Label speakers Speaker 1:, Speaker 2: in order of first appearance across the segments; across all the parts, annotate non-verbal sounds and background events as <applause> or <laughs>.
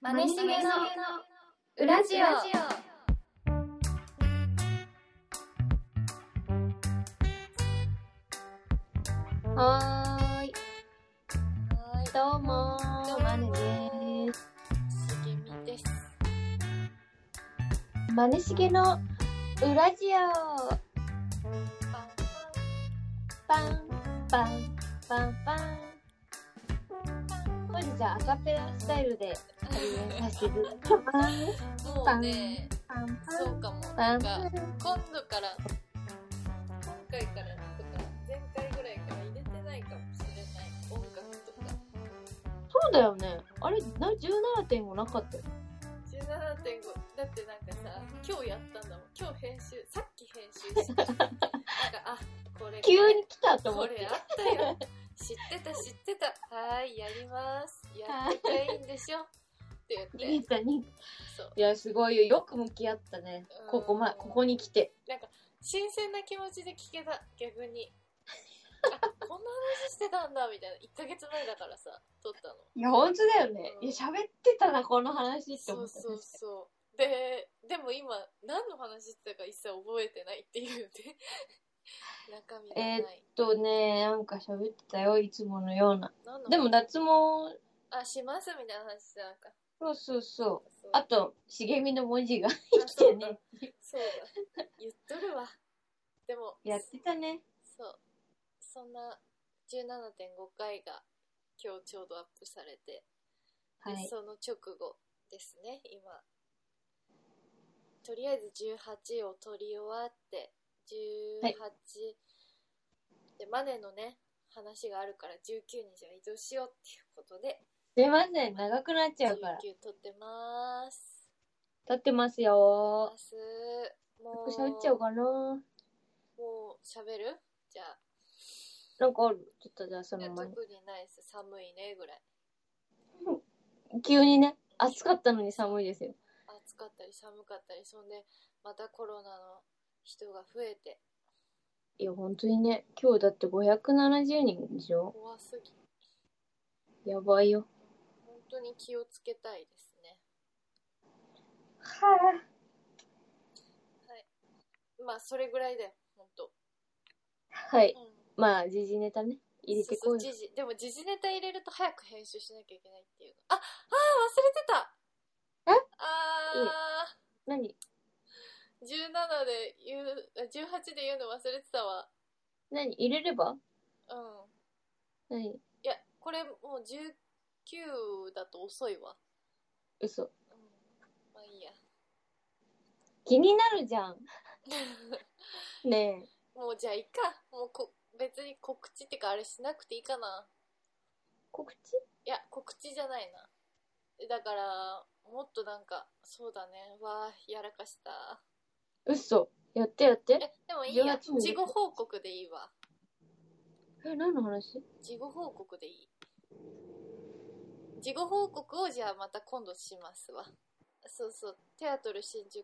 Speaker 1: マネしげの裏ジオ。
Speaker 2: はーい。どうもー。
Speaker 1: どうもマネ
Speaker 2: です。
Speaker 1: ゆきみです。
Speaker 2: マネしげの裏ジオ。パンパンパンパン。まずじゃあアカペラスタイルで始めさせていただきます。
Speaker 1: もうね、
Speaker 2: パン
Speaker 1: そうかも。
Speaker 2: パ
Speaker 1: な
Speaker 2: ン
Speaker 1: ん
Speaker 2: パ
Speaker 1: か
Speaker 2: ン。
Speaker 1: 今度から、今回からとか、前回ぐらいから入れてないかもしれない。音楽とか。
Speaker 2: そうだよね。あれ、な17.5なかったよ。
Speaker 1: 17.5。だってなんかさ、今日やったんだもん。今日編集、さっき編集した。なんか、あ、これ。
Speaker 2: 急に来たと思
Speaker 1: こ
Speaker 2: って
Speaker 1: れ。あったよ。知ってた知ってた。はーい、やります。やってりゃいいんでしょ。って
Speaker 2: 逃
Speaker 1: 言っ
Speaker 2: げ
Speaker 1: て。
Speaker 2: たに。
Speaker 1: そう。
Speaker 2: いや、すごいよ。よく向き合ったね。ここま、ここに来て。
Speaker 1: 新鮮な気持ちで聞けた逆にあこんな話してたんだみたいな1ヶ月前だからさ撮ったの
Speaker 2: いや、本当だよね。
Speaker 1: うん
Speaker 2: いや、喋ってたな、この話って
Speaker 1: そ
Speaker 2: 思
Speaker 1: う
Speaker 2: った。
Speaker 1: そうそうででも今何の話してたか一切覚えてないっていうね <laughs> 中身がない、
Speaker 2: とね、なんか喋ってたよ、いつものような。
Speaker 1: 何の話
Speaker 2: でも、脱毛、
Speaker 1: あしますみたいな話してなんか
Speaker 2: そうそうそう。
Speaker 1: そう
Speaker 2: あと、茂みの文字が <laughs>
Speaker 1: あ
Speaker 2: 来て
Speaker 1: そうだ
Speaker 2: ね。
Speaker 1: そうだ言っとるわでも
Speaker 2: やってたね。
Speaker 1: そうそんな17.5回が今日ちょうどアップされて
Speaker 2: は
Speaker 1: で
Speaker 2: い。
Speaker 1: その直後ですね今とりあえず18を取り終わって18、
Speaker 2: はい
Speaker 1: でマネのね話があるから19にじゃあ移動しようっていうことです
Speaker 2: いません、長くなっちゃうから。
Speaker 1: 19取ってます
Speaker 2: 立ってますよ
Speaker 1: ま。すもう
Speaker 2: 喋っちゃおうかな。
Speaker 1: もう喋るじゃあ
Speaker 2: なんかあるちょっとじゃあそ
Speaker 1: いや
Speaker 2: の
Speaker 1: 特
Speaker 2: まま
Speaker 1: にないです寒いねぐらい
Speaker 2: 急にね、暑かったのに寒いですよ。
Speaker 1: 暑かったり寒かったりそんでまたコロナの人が増えて
Speaker 2: いや、本当にね、今日だって570人でしょ
Speaker 1: 怖すぎ
Speaker 2: やばいよ。
Speaker 1: 本当に気をつけたいですね。
Speaker 2: は
Speaker 1: まあ、それぐらいだよ、本当。
Speaker 2: あ。はい。
Speaker 1: うん、
Speaker 2: まあ、時事ネタね。入れてこいよ。
Speaker 1: そうそう時事でも、時事ネタ入れると早く編集しなきゃいけないっていうの。あ、ああ、忘れてた
Speaker 2: え
Speaker 1: ああ、
Speaker 2: 何
Speaker 1: 17で言う、あ18で言うの忘れてたわ。
Speaker 2: 何入れれば
Speaker 1: うん。
Speaker 2: 何
Speaker 1: いや、これもう19だと遅いわ。
Speaker 2: 嘘。
Speaker 1: うん。まあいいや。
Speaker 2: 気になるじ <laughs> ゃん。ねえ。
Speaker 1: もうじゃあいいか。もうこ別に告知ってかあれしなくていいかな。
Speaker 2: 告知
Speaker 1: いや、告知じゃないな。えだから、もっとなんか、そうだね。わあ、やらかした。
Speaker 2: 嘘。やってやって。
Speaker 1: え、でもいいや。
Speaker 2: 18日
Speaker 1: 事後報告でいいわ。
Speaker 2: え、何の話
Speaker 1: 事後報告でいい。事後報告をじゃあまた今度しますわ。そうそう、テアトル新宿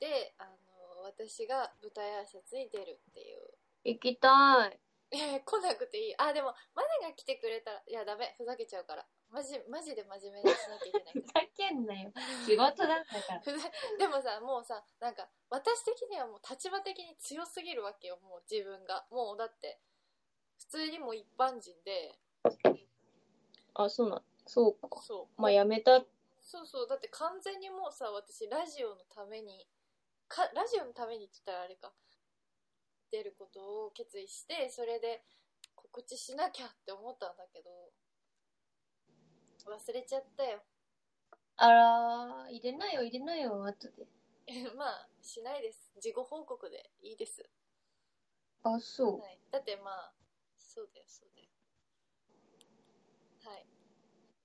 Speaker 1: で、あの、私が舞台挨拶に出るっていう。
Speaker 2: 行きたい。
Speaker 1: えー、来なくていい。あ、でも、マネが来てくれたら、いや、ダメ、ふざけちゃうから。マジ、マジで真面目にしなきゃいけないから
Speaker 2: ふ。ざけんなよ。仕事だったから。
Speaker 1: ふざ <laughs> でもさもうさなんか私的にはもう立場的に強すぎるわけよもう自分がもうだって普通にもう一般人で
Speaker 2: あ、そうなん。そうか。
Speaker 1: そう
Speaker 2: まあ、やめた。
Speaker 1: そうそうだって完全にもうさ私ラジオのためにかラジオのためにって言ったらあれか出ることを決意してそれで告知しなきゃって思ったんだけど忘れちゃったよ <laughs>
Speaker 2: あらー、入れないよ、入れないよ、後で。
Speaker 1: まあしないです自己報告でいいです
Speaker 2: あ、そう。
Speaker 1: はい、だってまあそうだよそうだよはい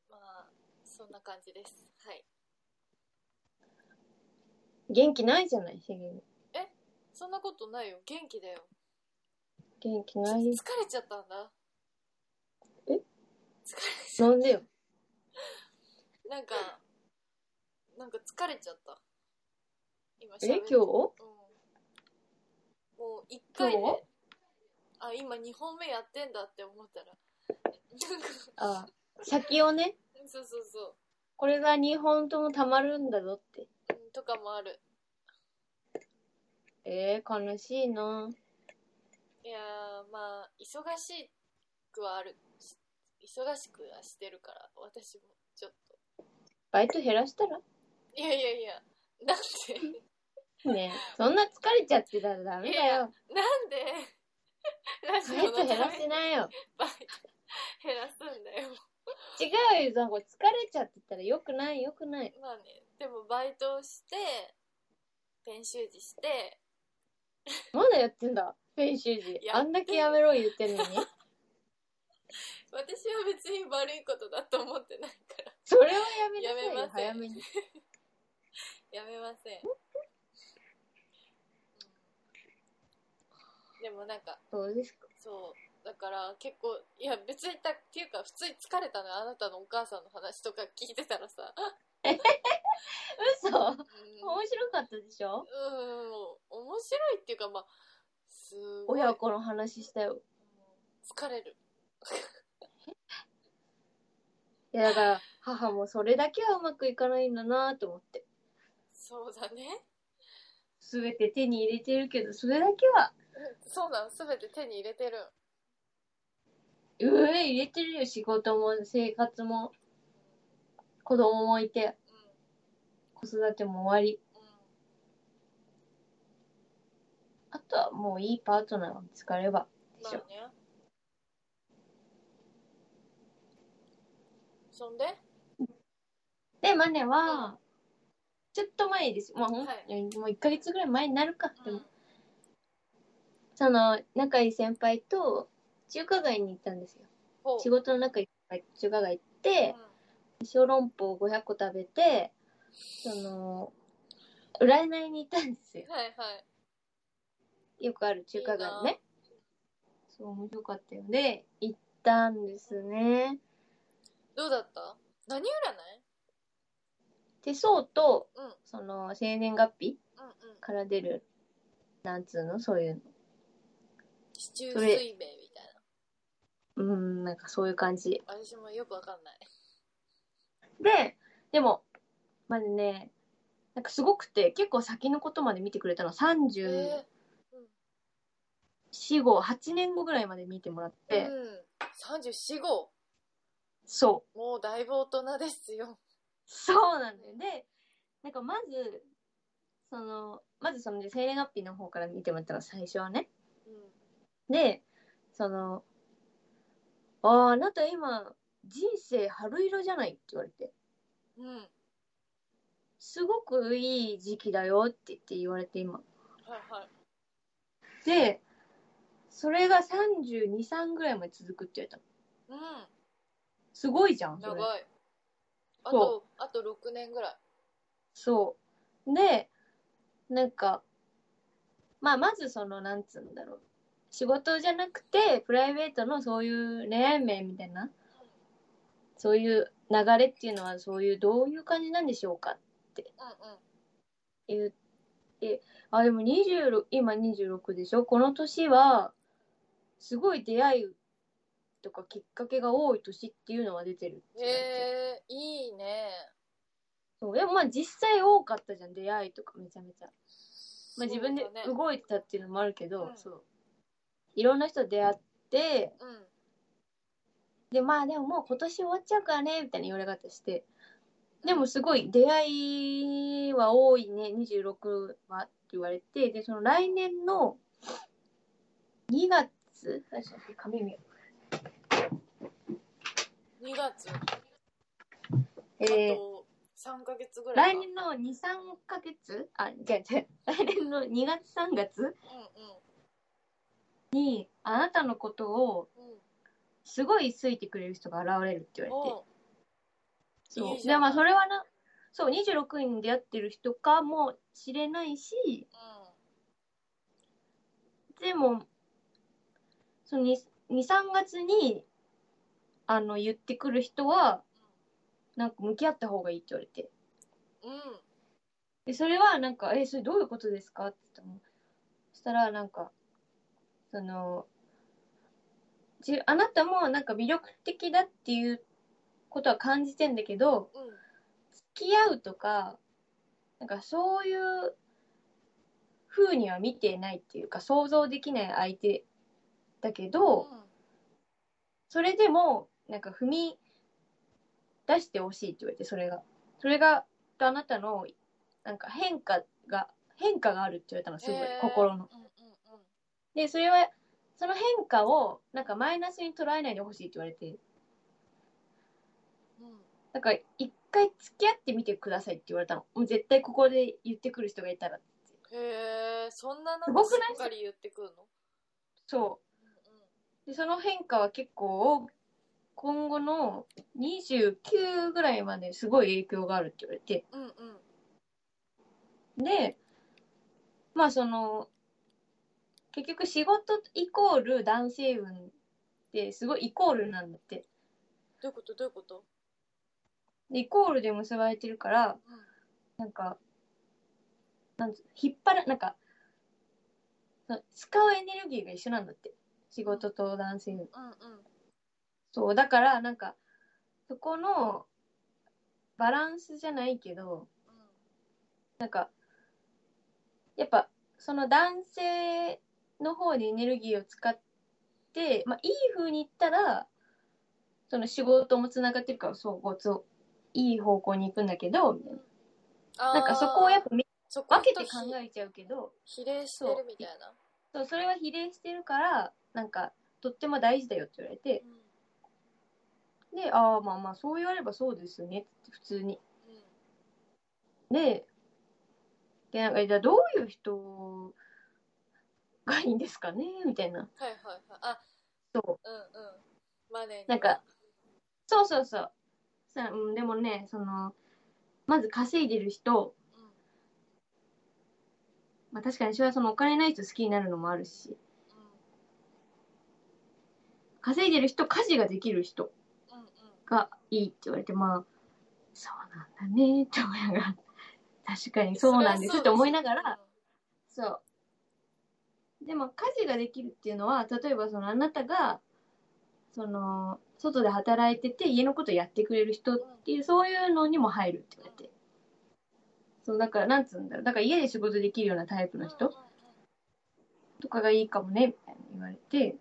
Speaker 1: まあそんな感じですはい
Speaker 2: 元気ないじゃない、シゲミ。
Speaker 1: そんなことないよ元気だよ
Speaker 2: 元気
Speaker 1: ちょっ
Speaker 2: な
Speaker 1: と
Speaker 2: い
Speaker 1: 疲
Speaker 2: よ
Speaker 1: れ。ちゃったんだ
Speaker 2: え
Speaker 1: 疲れちゃ
Speaker 2: なんでよ。
Speaker 1: なんかなんか疲れちゃった今
Speaker 2: え、
Speaker 1: 喋
Speaker 2: 今
Speaker 1: って
Speaker 2: 日
Speaker 1: うん、もう一回
Speaker 2: 今日
Speaker 1: であ今2本目やってんだって思ったらなん
Speaker 2: あ、
Speaker 1: か
Speaker 2: 先をね、
Speaker 1: そうそうそう
Speaker 2: これが2本ともたまるんだぞって。
Speaker 1: うんとかもある
Speaker 2: えー、悲しいない
Speaker 1: やーまあ忙しくはあるし忙しくはしてるから私もちょっと
Speaker 2: バイト減らしたら
Speaker 1: いやいやいやなんで
Speaker 2: ねえそんな疲れちゃってたらダメだ
Speaker 1: いや
Speaker 2: よ。
Speaker 1: なんでラジ
Speaker 2: バイ
Speaker 1: オの
Speaker 2: ト減
Speaker 1: た
Speaker 2: ら
Speaker 1: め
Speaker 2: し
Speaker 1: に
Speaker 2: なよ。
Speaker 1: バイト減らすんだよ
Speaker 2: 違うよ、なんか疲れちゃってたらよくないよくない。
Speaker 1: まあねでもバイトをして編集時して
Speaker 2: まだやってんだ、編集時。
Speaker 1: やって
Speaker 2: あんだけやめろ言ってんのに。 <laughs>
Speaker 1: 私は別に悪いことだと思ってないから
Speaker 2: それはやめなさい
Speaker 1: やめま
Speaker 2: よ
Speaker 1: せん、
Speaker 2: 早めに。
Speaker 1: やめませんでもなんか
Speaker 2: どうですか
Speaker 1: そうだから結構いや別にたっていうか普通に疲れたのよあなたのお母さんの話とか聞いてたらさ、
Speaker 2: 嘘 <laughs> 面
Speaker 1: う
Speaker 2: 白
Speaker 1: ん、
Speaker 2: かったでしょ
Speaker 1: うん面白いっていうかまあすごい
Speaker 2: 親子の話したよ。
Speaker 1: 疲れる
Speaker 2: いやだから母もそれだけはうまくいかないんだなと思って。
Speaker 1: そうだね
Speaker 2: すべて手に入れてるけど、それだけは、
Speaker 1: そうなの全て手に入れてる
Speaker 2: うえ、入れてるよ、仕事も生活も。子供もいて、
Speaker 1: うん
Speaker 2: 子育ても終わり。
Speaker 1: う
Speaker 2: あとはもういいパートナーが見つかれば。
Speaker 1: ん
Speaker 2: で
Speaker 1: まあ
Speaker 2: しょ
Speaker 1: ね。そんで
Speaker 2: で、マネは、ちょっと前です。まあ、ほん
Speaker 1: はい
Speaker 2: もう1ヶ月ぐらい前になるか。で
Speaker 1: うん
Speaker 2: も、その、仲いい先輩と、中華街に行ったんですよ。
Speaker 1: ほう
Speaker 2: 仕事の仲いい先輩と中華街行って、
Speaker 1: うん
Speaker 2: 小籠包500個食べて、その、占いに行ったんですよ。
Speaker 1: はいはい
Speaker 2: よくある中華街のね。そう、面白かったよね。行ったんですね。
Speaker 1: どうだった何占い
Speaker 2: 手相と、
Speaker 1: うん
Speaker 2: その、生年月日
Speaker 1: うんうん
Speaker 2: から出る、なんつうのそういう
Speaker 1: 地中
Speaker 2: そ
Speaker 1: 水
Speaker 2: れ
Speaker 1: 明みたい
Speaker 2: の。うーん、なんかそういう感じ。
Speaker 1: な私もよくわかんない
Speaker 2: で、でも、まあね、なんかすごくて、結構先のことまで見てくれたの。
Speaker 1: え
Speaker 2: 34、
Speaker 1: ー
Speaker 2: 5、8年後ぐらいまで見てもらって、
Speaker 1: うん34号
Speaker 2: そう。
Speaker 1: もうだいぶ大人ですよ
Speaker 2: そうなんだよ。で、なんかまず、その、まずその生年月日の方から見てもらったら最初はね。
Speaker 1: うん
Speaker 2: で、その、ああ、あなた今、人生春色じゃないって言われて、
Speaker 1: うんはい
Speaker 2: すごくいい時期だよって言って言われて今。
Speaker 1: はい
Speaker 2: で、それが32、3ぐらいまで続くって言われたの。
Speaker 1: うん
Speaker 2: すごいじゃん、それ。
Speaker 1: 長いあと
Speaker 2: そ
Speaker 1: あと6年ぐらい
Speaker 2: そう。で、なんか、まあ、まずその、なんつうんだろう。仕事じゃなくて、プライベートのそういう恋愛面みたいな、そういう流れっていうのは、そういう、どういう感じなんでしょうか
Speaker 1: うんうん
Speaker 2: 言って、あ、でも26、今26でしょこの年は、すごい出会いとかきっかけが多い年っていうのは出てるって言われて
Speaker 1: えー、いいね。
Speaker 2: そうでもまあ実際多かったじゃん出会いとかめちゃめちゃ、まあ、自分で
Speaker 1: そうだね
Speaker 2: 動いてたっていうのもあるけど、
Speaker 1: うん
Speaker 2: そういろんな人出会って
Speaker 1: うん。
Speaker 2: でまあでももう今年終わっちゃうからねみたいな言われ方してでもすごい出会いは多いね26はって言われてでその来年の2月あちょっと待って紙見よ
Speaker 1: 2月、
Speaker 2: うえ
Speaker 1: あ
Speaker 2: ー
Speaker 1: と3ヶ月ぐらい
Speaker 2: 来
Speaker 1: か。
Speaker 2: 年の23ヶ月あ違う違う来年の2月3月にあなたのことを
Speaker 1: うんうん。うん。
Speaker 2: すごい好いてくれる人が現れるって言われて
Speaker 1: おう
Speaker 2: そう
Speaker 1: いいじゃ
Speaker 2: で
Speaker 1: ん
Speaker 2: まあそれはなそう26人に出会ってる人かもしれないしでもその23月にあの言ってくる人はなんか向き合った方がいいって言われて
Speaker 1: うん。うん。
Speaker 2: でそれはなんか「えそれどういうことですか?」って言ったのそしたらなんかそのじあなたもなんか魅力的だっていうことは感じてんだけど
Speaker 1: うん。
Speaker 2: 付き合うとか、なんかそういう風には見てないっていうか、想像できない相手だけど、それでも、なんか踏み出してほしいって言われて、それが。それが、あなたの、なんか変化が、変化があるって言われたの、すごい、心の。
Speaker 1: うんうんうん
Speaker 2: で、それは、その変化を、なんかマイナスに捉えないでほしいって言われて、
Speaker 1: うん
Speaker 2: なんか、一回付き合ってみてくださいって言われたの。もう絶対ここで言ってくる人がいたら。
Speaker 1: へえそんななん
Speaker 2: す
Speaker 1: か
Speaker 2: ご
Speaker 1: し
Speaker 2: くない
Speaker 1: っかり言ってくるの
Speaker 2: そ
Speaker 1: うんう
Speaker 2: う。
Speaker 1: ん
Speaker 2: で、その変化は結構、今後の29ぐらいまですごい影響があるって言われて。
Speaker 1: うんうん
Speaker 2: で、まあその、結局仕事イコール男性運ってすごいイコールなんだって。
Speaker 1: どういうことどういうこと
Speaker 2: で、イコールで結ばれてるから、
Speaker 1: うん
Speaker 2: なんか、なんつ引っ張ら、なんか、その使うエネルギーが一緒なんだって。仕事と男性運。
Speaker 1: うんうん
Speaker 2: そう、だから、なんか、そこの、バランスじゃないけど、
Speaker 1: うん
Speaker 2: やっぱ、その男性の方にエネルギーを使って、まあ、いい風にいったら、その仕事もつながってるから、そう、ごつ、いい方向に行くんだけど、みたい
Speaker 1: あ
Speaker 2: な。
Speaker 1: ー
Speaker 2: なんかそこをやっぱみ
Speaker 1: そこ
Speaker 2: 分けて考
Speaker 1: え
Speaker 2: えちゃうけど、
Speaker 1: 比例してるみたいな
Speaker 2: そう、それは比例してるから、なんか、とっても大事だよって言われて、
Speaker 1: うん
Speaker 2: で、ああ、まあまあ、そう言わればそうですよねって、普通に。
Speaker 1: うん
Speaker 2: で、で、なんか、じゃあどういう人がいいんですかねみたいな。
Speaker 1: はいはいはいあ
Speaker 2: そう。
Speaker 1: うんうんマネーに
Speaker 2: なんかそうそうそう。さうん、でもね、その、まず稼いでる人、
Speaker 1: うん
Speaker 2: まあ確かに私はそのお金ない人好きになるのもあるし、稼いでる人、家事ができる人
Speaker 1: うんうんうん
Speaker 2: がいいって言われて、まあ、そうなんだね、って思いながら、確かにそうなんですって思いながら、、そう。でも家事ができるっていうのは、例えばそのあなたが、その、外で働いてて家のことやってくれる人っていう、そういうのにも入るって言われて。そう、だから、なんつうんだろう。だから家で仕事できるようなタイプ
Speaker 1: それ
Speaker 2: の
Speaker 1: はそ
Speaker 2: 人
Speaker 1: うですよ
Speaker 2: とかがいいかもね、みたいな言われて。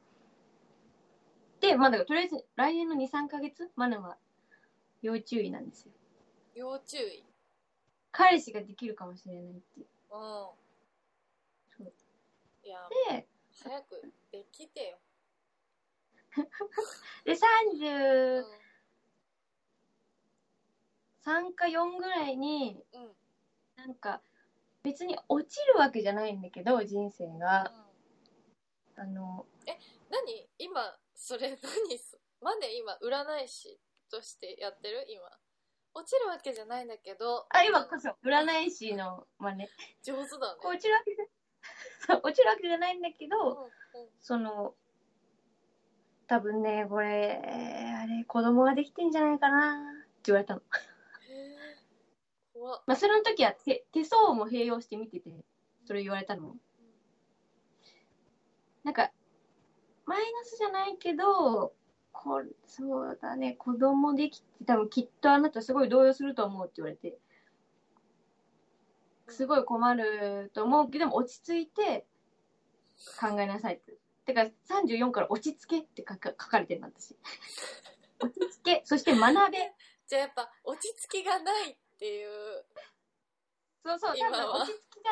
Speaker 2: で、まあだからとりあえず来年の2、3ヶ月、マナは要注意なんですよ。
Speaker 1: うんうんうん要注意
Speaker 2: 彼氏ができるかもしれないっていう。
Speaker 1: うん
Speaker 2: そう
Speaker 1: いや
Speaker 2: で、
Speaker 1: 早くできてよ、
Speaker 2: で、
Speaker 1: うん
Speaker 2: 33か4ぐらいに、
Speaker 1: うんうん
Speaker 2: なんか別に落ちるわけじゃないんだけど人生があの
Speaker 1: 何今それ <laughs> 何そマネ今占い師としてやってる今落ちるわけじゃないんだけど
Speaker 2: あ今こそ占い師のまね
Speaker 1: 上手だね
Speaker 2: こう落ちるわけじゃ <laughs> そう落ちるわけじゃないんだけ
Speaker 1: うん
Speaker 2: ど
Speaker 1: うん
Speaker 2: その多分ねこれあれ子供ができてんじゃないかなって言われたの、
Speaker 1: へえ怖っ
Speaker 2: まあ、それの時は手手相も併用して見ててそれ言われたのなんかマイナスじゃないけどこそうだね子供できて多分きっとあなたすごい動揺すると思うって言われてすごい困ると思うけどでも落ち着いて考えなさいって。てか34から落ち着けって書か書かれてるの
Speaker 1: <laughs>
Speaker 2: 私。落ち着け、そして学べ。
Speaker 1: じゃあやっぱ落ち着きがないっていう
Speaker 2: そうそう、多
Speaker 1: 今は
Speaker 2: 分落ち着きが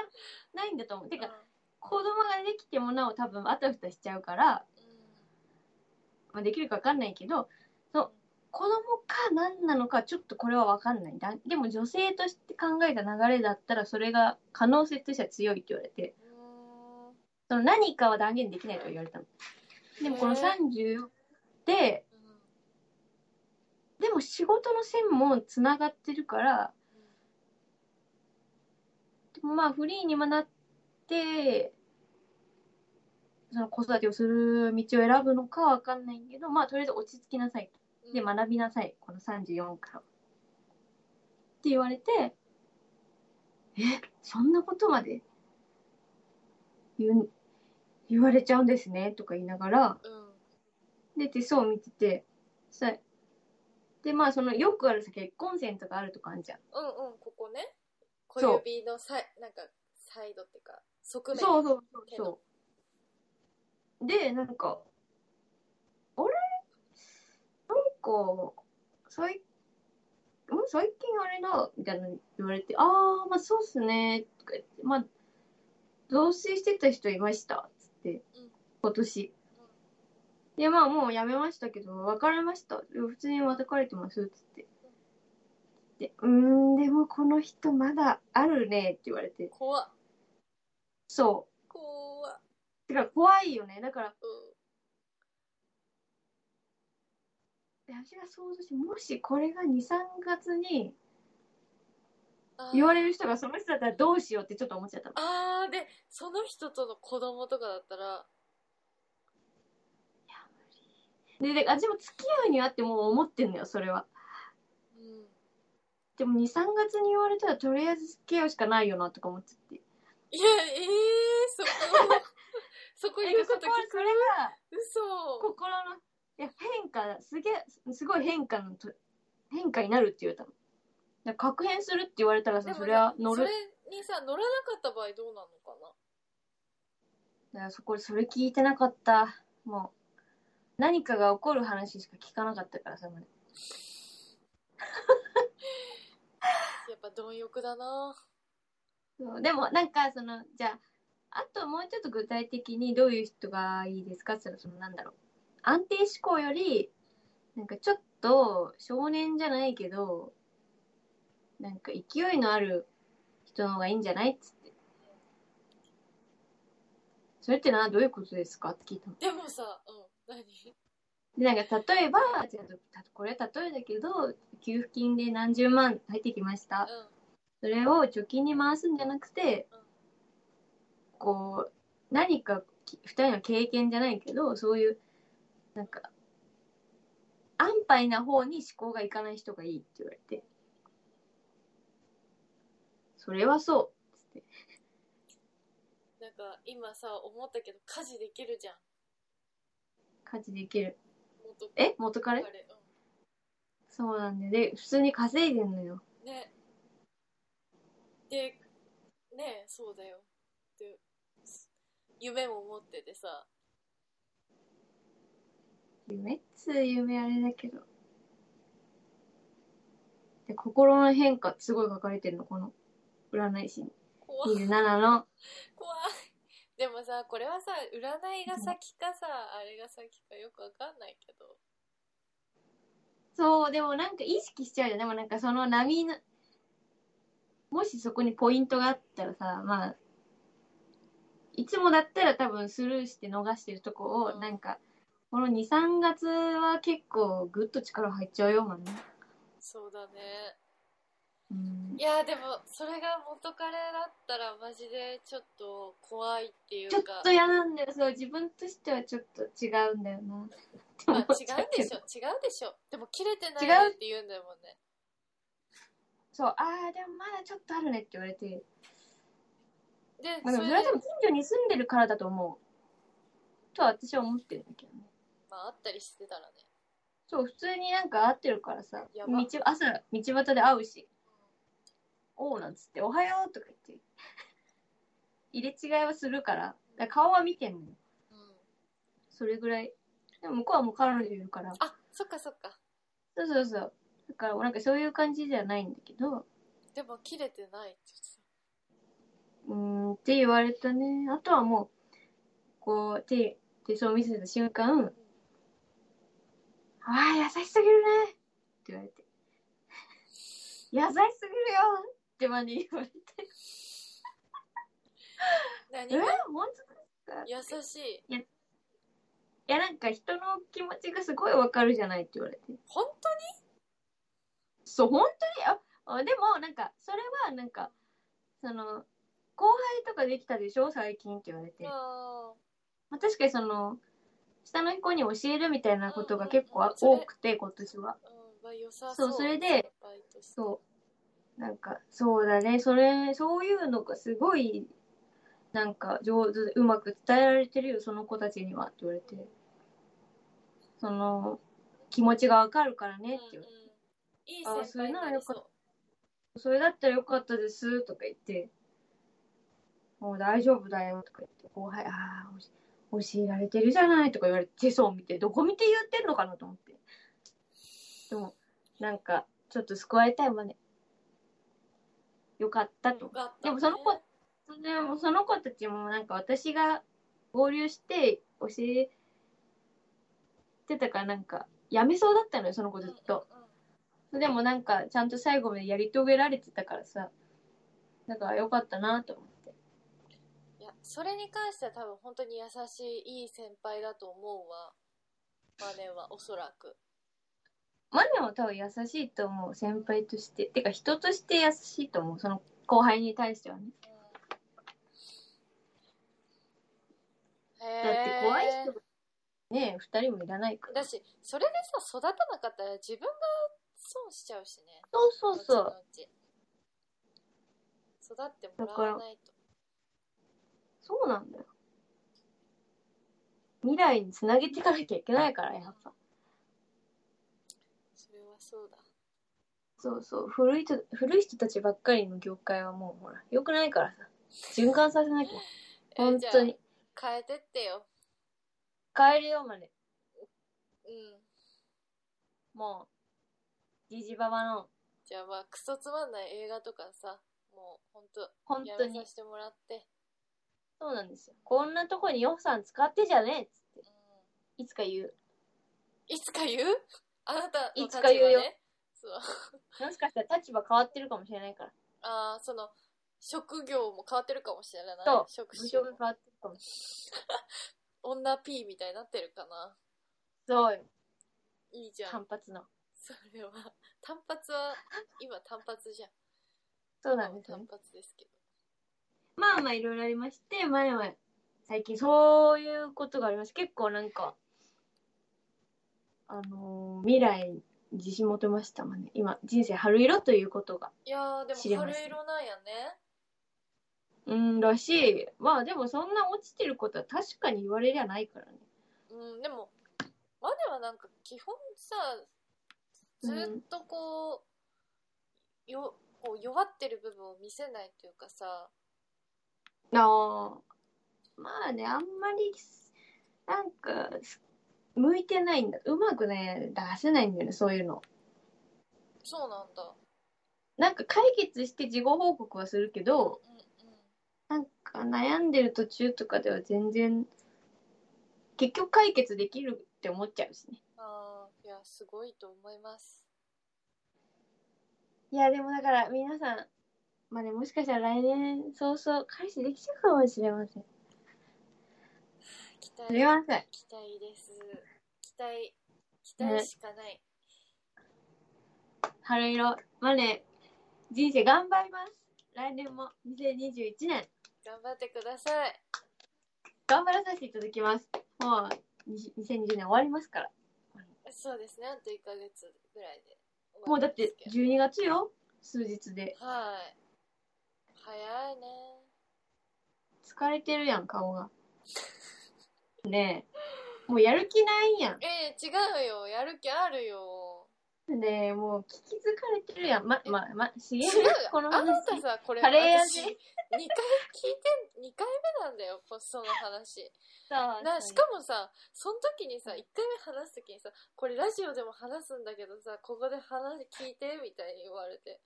Speaker 2: ないんだと思う。て
Speaker 1: うん
Speaker 2: か子供ができてもなお多分あたふたしちゃうから、まあ、できるか分かんないけどそう子供か何なのかちょっとこれは分かんないだでも女性として考えた流れだったらそれが可能性としては強いって言われて
Speaker 1: うん
Speaker 2: その何かは断言できないとは言われたのでもこの
Speaker 1: へえ
Speaker 2: 30で
Speaker 1: うん
Speaker 2: でも仕事の線もつながってるからでもまあフリーにもなってその子育てをする道を選ぶのかは分かんないけどまあとりあえず落ち着きなさい
Speaker 1: うん
Speaker 2: で学びなさいこの34から。って言われてえそんなことまで言う言われちゃうんですねとか言いながら
Speaker 1: うん
Speaker 2: で手相を見ててさで、まあ、その、よくあるさ、結婚線とかあるとかあるじゃん。
Speaker 1: うんうんここね小
Speaker 2: そう
Speaker 1: 指のさいなんかサイドっていうか側面
Speaker 2: そうそうそう
Speaker 1: けど
Speaker 2: そう。で、なんか、あれなんか、最、ん最近あれだみたいなの言われて、あー、まあそうっすね、とか言って、まあ、同棲してた人いました、つって
Speaker 1: うん、
Speaker 2: 今年。
Speaker 1: うん
Speaker 2: で、まあもう辞めましたけど、別れました。いや普通に別れてます、つって。で、うーん、でもこの人まだあるね、って言われて。
Speaker 1: 怖っ
Speaker 2: そう。
Speaker 1: 怖って
Speaker 2: か怖いよね。だから、
Speaker 1: う
Speaker 2: 私が想像して、もしこれが2、3月に
Speaker 1: んあー
Speaker 2: 言われる人がその人だったらどうしようってちょっと思っちゃったの。
Speaker 1: あーでその人との子供とかだったら
Speaker 2: で、で私も付き合うにはってもう思ってんのよ、それは。
Speaker 1: うん
Speaker 2: でも2、3月に言われたらとりあえず付き合うしかないよなとか思っちゃって。
Speaker 1: いやええー、そこそこ言うこと聞
Speaker 2: こは
Speaker 1: く
Speaker 2: それが
Speaker 1: 嘘
Speaker 2: 心の、いや、変化、すげえ、すごい変化のと、変化になるって言われたの。だから確変するって言われたらさ、それは乗
Speaker 1: そ
Speaker 2: る
Speaker 1: れ。にさ乗らなかった場合どうなのかな
Speaker 2: だからそこ、それ聞いてなかった。もう、何かが起こる話しか聞かなかったからさ、まだ
Speaker 1: やっぱ貪欲だな
Speaker 2: そうでもなんかそのじゃああともうちょっと具体的にどういう人がいいですかって言ったらそのなんだろう安定志向よりなんかちょっと少年じゃないけどなんか勢いのある人の方がいいんじゃないっつってそれってなどういうことですかって聞いたの
Speaker 1: でもさうん何
Speaker 2: でなんか例えばじゃあたこれは例えだけど給付金で何十万入ってきました
Speaker 1: うん
Speaker 2: それを貯金に回すんじゃなくて
Speaker 1: うん、
Speaker 2: こう、何かき二人の経験じゃないけど、そういう、なんか、安牌な方に思考がいかない人がいいって言われて、それはそう。つって
Speaker 1: なんか今さ思ったけど家事できるじゃん
Speaker 2: 家事できる。
Speaker 1: 元
Speaker 2: え元
Speaker 1: あ
Speaker 2: 彼
Speaker 1: れ、
Speaker 2: そうなんで、で、普通に稼いでんのよ。
Speaker 1: うん、ねでねそうだよで夢も持っててさ
Speaker 2: 夢っつう夢あれだけど。で、心の変化すごい書かれてるの、この占い師に。
Speaker 1: 怖い
Speaker 2: 27の。
Speaker 1: 怖いでもさこれはさ占いが先かさあれが先かよくわかんないけど
Speaker 2: そう、でもなんか意識しちゃうよ。でもなんかその波の、もしそこにポイントがあったらさ、まあ、いつもだったら多分スルーして逃してるとこ
Speaker 1: う
Speaker 2: を、
Speaker 1: ん
Speaker 2: なんか、この2、3月は結構ぐっと力入っちゃうよ、もんね。
Speaker 1: そうだね
Speaker 2: うん
Speaker 1: い、やでもそれが元彼だったらマジでちょっと怖いっていう
Speaker 2: ちょっ
Speaker 1: か
Speaker 2: と嫌なんだよ。そう、自分としてはちょっと違うんだよな。
Speaker 1: まあ違う
Speaker 2: って思っちゃけ
Speaker 1: で
Speaker 2: ど
Speaker 1: しょ違うでしょでも切れてないねって言うんだもんね
Speaker 2: そう、ああ、でもまだちょっとあるねって言われて。
Speaker 1: で
Speaker 2: まあ、でもそれはでも近所に住んでるからだと思う。とは私は思ってるんだけどね。
Speaker 1: まああったりしてたらね
Speaker 2: そう、普通になんか会ってるからさ、
Speaker 1: やば
Speaker 2: 道朝、道端で会うし、おうなんつって、おはようとか言って、 <laughs> 入れ違いはするから、だから顔は見てんのよ。
Speaker 1: うん
Speaker 2: それぐらい。でも向こうはもう彼女いるから、
Speaker 1: あそっかそっか
Speaker 2: そうそうそう。だから、なんかそういう感じじゃないんだけど、
Speaker 1: でも切れてないって
Speaker 2: うーんって言われたね。あとはもう、こう、手、手相見せた瞬間、ああ、優しすぎるねって言わ
Speaker 1: <laughs>
Speaker 2: れて、優しすぎるよってまで言われて、
Speaker 1: 何
Speaker 2: え
Speaker 1: が
Speaker 2: 本当ですか
Speaker 1: 優しい
Speaker 2: いや、なんか人の気持ちがすごいわかるじゃないって言われて。
Speaker 1: 本当に
Speaker 2: そう、本当にああ、でも、なんか、それは、なんか、その、後輩とかできたでしょ最近って言われて。ま
Speaker 1: あ
Speaker 2: あ、確かにその、下の子に教えるみたいなことが結構
Speaker 1: うんうんう
Speaker 2: あ
Speaker 1: んそれ
Speaker 2: 多くて、今年は。
Speaker 1: ーうんまあ良さ
Speaker 2: そうそれで
Speaker 1: 先輩として
Speaker 2: そう。なんか、そうだね。それ、そういうのがすごい、なんか、上手、うまく伝えられてるよ、その子たちには、って言われて。その、気持ちがわかるからね、って言われて。
Speaker 1: うんうんいい先輩になりそう。
Speaker 2: それだったらよかったですとか言って、もう大丈夫だよとか言って、後輩、ああ、教教えられてるじゃないとか言われて、手相見て、どこ見て言ってんのかなと思って。でも、なんか、ちょっと救われたいまね。よかったと
Speaker 1: よ。かった、
Speaker 2: でもその子、でもその子たちもなんか私が合流して教えてたからなんか、やめそうだったのよ、その子ずっと。
Speaker 1: うんうんうん
Speaker 2: でもなんかちゃんと最後までやり遂げられてたからさだからよかったなと思って
Speaker 1: いや、それに関しては多分本当に優しい、いい先輩だと思うわ。マネは、おそらく。
Speaker 2: マネも多分優しいと思う先輩としててか人として優しいと思うその後輩に対してはね
Speaker 1: へ
Speaker 2: だ
Speaker 1: え
Speaker 2: って怖い人がね二人もいらないから
Speaker 1: だし、それでさ、育たなかったら自分が損しちゃうしね。
Speaker 2: そうそうそう
Speaker 1: 後々。育ってもらわないと。
Speaker 2: そうなんだよ未来につなげていかなきゃいけないからやっぱ
Speaker 1: それはそうだ。
Speaker 2: そうそう古い人古い人たちばっかりの業界はもうほらよくないからさ循環させなきゃ
Speaker 1: えー
Speaker 2: 本
Speaker 1: じゃあ
Speaker 2: 当に
Speaker 1: 変えてってよ。
Speaker 2: 変えるよマネ
Speaker 1: うん。
Speaker 2: もう、ジジババの、
Speaker 1: じゃあまあ、クソつまんない映画とかさ、もう本当
Speaker 2: 本
Speaker 1: や
Speaker 2: 当
Speaker 1: ら
Speaker 2: に
Speaker 1: さ、せてもらって。
Speaker 2: そうなんですよ。こんなとこに予算使ってじゃねえっつっ
Speaker 1: うん
Speaker 2: て、いつか言う。
Speaker 1: いつか言うあなたの
Speaker 2: い
Speaker 1: 立
Speaker 2: つ
Speaker 1: 場
Speaker 2: か言うよ
Speaker 1: ね。そう。
Speaker 2: もしかしたら立場変わってるかもしれないから。
Speaker 1: ああ、その、職業も変わってるかもしれない。
Speaker 2: そう
Speaker 1: 職
Speaker 2: 部
Speaker 1: 種
Speaker 2: 署が
Speaker 1: も
Speaker 2: 変。わってるかもし
Speaker 1: 女 P みたいになってるかな。
Speaker 2: れない。そうよ。
Speaker 1: いいじゃん。
Speaker 2: 単発の。
Speaker 1: それは。単発は、今単発じゃん。
Speaker 2: そうなんですよね
Speaker 1: 単。発ですけど。
Speaker 2: まあまあいろいろありまして、まあまあ、最近そういうことがあります。結構なんか、あのー未来に自信持てましたもんね。今、人生春色ということが。
Speaker 1: いやー、で
Speaker 2: 知れ
Speaker 1: も
Speaker 2: ます
Speaker 1: 春色なんやね。
Speaker 2: うん、らしい。まあでもそんな落ちてることは確かに言われりゃないからね。
Speaker 1: うん、でも、マネはなんか基本さ、ずっとこう、よこう弱ってる部分を見せないというかさ、
Speaker 2: ああ。まあね、あんまりす、なんか、す向いてないんだ。うまくね、出せないんだよね、そういうの。
Speaker 1: そうなんだ。
Speaker 2: なんか解決して事後報告はするけど、
Speaker 1: うんうん。
Speaker 2: なんか悩んでる途中とかでは全然、結局解決できるって思っちゃうしね。
Speaker 1: ああ、いや、すごいと思います。
Speaker 2: いや、でもだから皆さん、まあね、もしかしたら来年早々彼氏できちゃうかもしれません。
Speaker 1: 期
Speaker 2: す
Speaker 1: 待、
Speaker 2: みません。
Speaker 1: 期待です。期待、期待しかない。
Speaker 2: 春色、まあね、人生頑張ります。来年も2021年。
Speaker 1: 頑張ってください。
Speaker 2: 頑張らさせていただきます。もう、に2020年終わりますから。
Speaker 1: そうですね、あと1ヶ月ぐらいで終
Speaker 2: も
Speaker 1: わ
Speaker 2: う
Speaker 1: り
Speaker 2: だ
Speaker 1: で
Speaker 2: っ
Speaker 1: す
Speaker 2: て
Speaker 1: けど。
Speaker 2: 12月よ。数日で。
Speaker 1: はい。早いね。
Speaker 2: 疲れてるやん、顔が。ねえ。もうやる気ないや
Speaker 1: ええ違うよ。やる気あるよ。
Speaker 2: ん。ねえ、もう聞き疲れてるやん。ま、ま、ま、しげ
Speaker 1: 違
Speaker 2: る
Speaker 1: うよ。
Speaker 2: この
Speaker 1: あな
Speaker 2: 話。
Speaker 1: たさ、これ、
Speaker 2: カレー
Speaker 1: 私、
Speaker 2: 味
Speaker 1: 2回聞いてん、2回目なんだよ、こその話。
Speaker 2: さ
Speaker 1: なしかもさその時にさ1回目話す時にさこれラジオでも話すんだけどさここで話聞いてみたいに言われて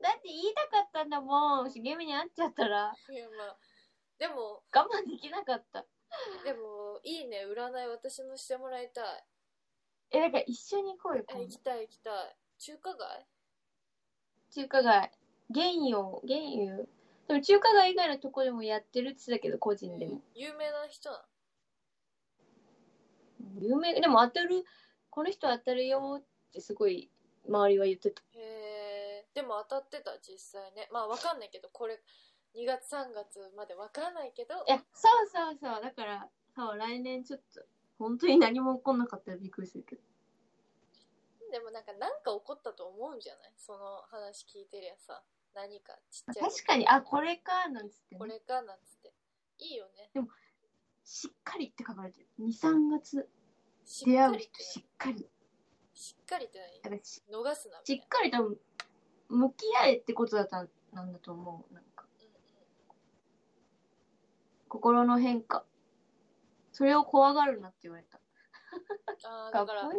Speaker 2: だって言いたかったんだもん。しげみに会っちゃったら、
Speaker 1: いやまあでも
Speaker 2: 我慢できなかった。
Speaker 1: でもいいね占い私もしてもらいたい
Speaker 2: え、だから一緒に行こうよ、
Speaker 1: あ
Speaker 2: 今
Speaker 1: 行
Speaker 2: 度
Speaker 1: きたい行きたい中華街
Speaker 2: 中華街。原油、原油。でも中華街以外のとこでもやってるって言ってたけど、個人でも。
Speaker 1: 有名な人なの
Speaker 2: 有名でも当たるこの人当たるよってすごい周りは言ってた
Speaker 1: へえでも当たってた実際ねまあわかんないけどこれ2月3月までわかんないけど
Speaker 2: いやそうそうそうだからそう来年ちょっと本当に何も起こんなかったらびっくりするけど
Speaker 1: でもなんかなんか起こったと思うんじゃないその話聞いてりゃさ何かちっちゃいこと
Speaker 2: 確かにあこれかなんつって、
Speaker 1: こ
Speaker 2: ね、
Speaker 1: れかなんつっていいよね
Speaker 2: しっかりって書かれてる23月
Speaker 1: しっ
Speaker 2: 出会
Speaker 1: か
Speaker 2: う
Speaker 1: りっ
Speaker 2: 人
Speaker 1: て
Speaker 2: しっかり
Speaker 1: しっかりって
Speaker 2: だからし
Speaker 1: 何逃すな
Speaker 2: し
Speaker 1: み
Speaker 2: った
Speaker 1: い
Speaker 2: かり多分向き合えってことだったんなんだと思うなんか
Speaker 1: な、うんうん
Speaker 2: 心の変化それを怖がるなって言われた
Speaker 1: あー
Speaker 2: か
Speaker 1: だ
Speaker 2: っ
Speaker 1: から
Speaker 2: こいい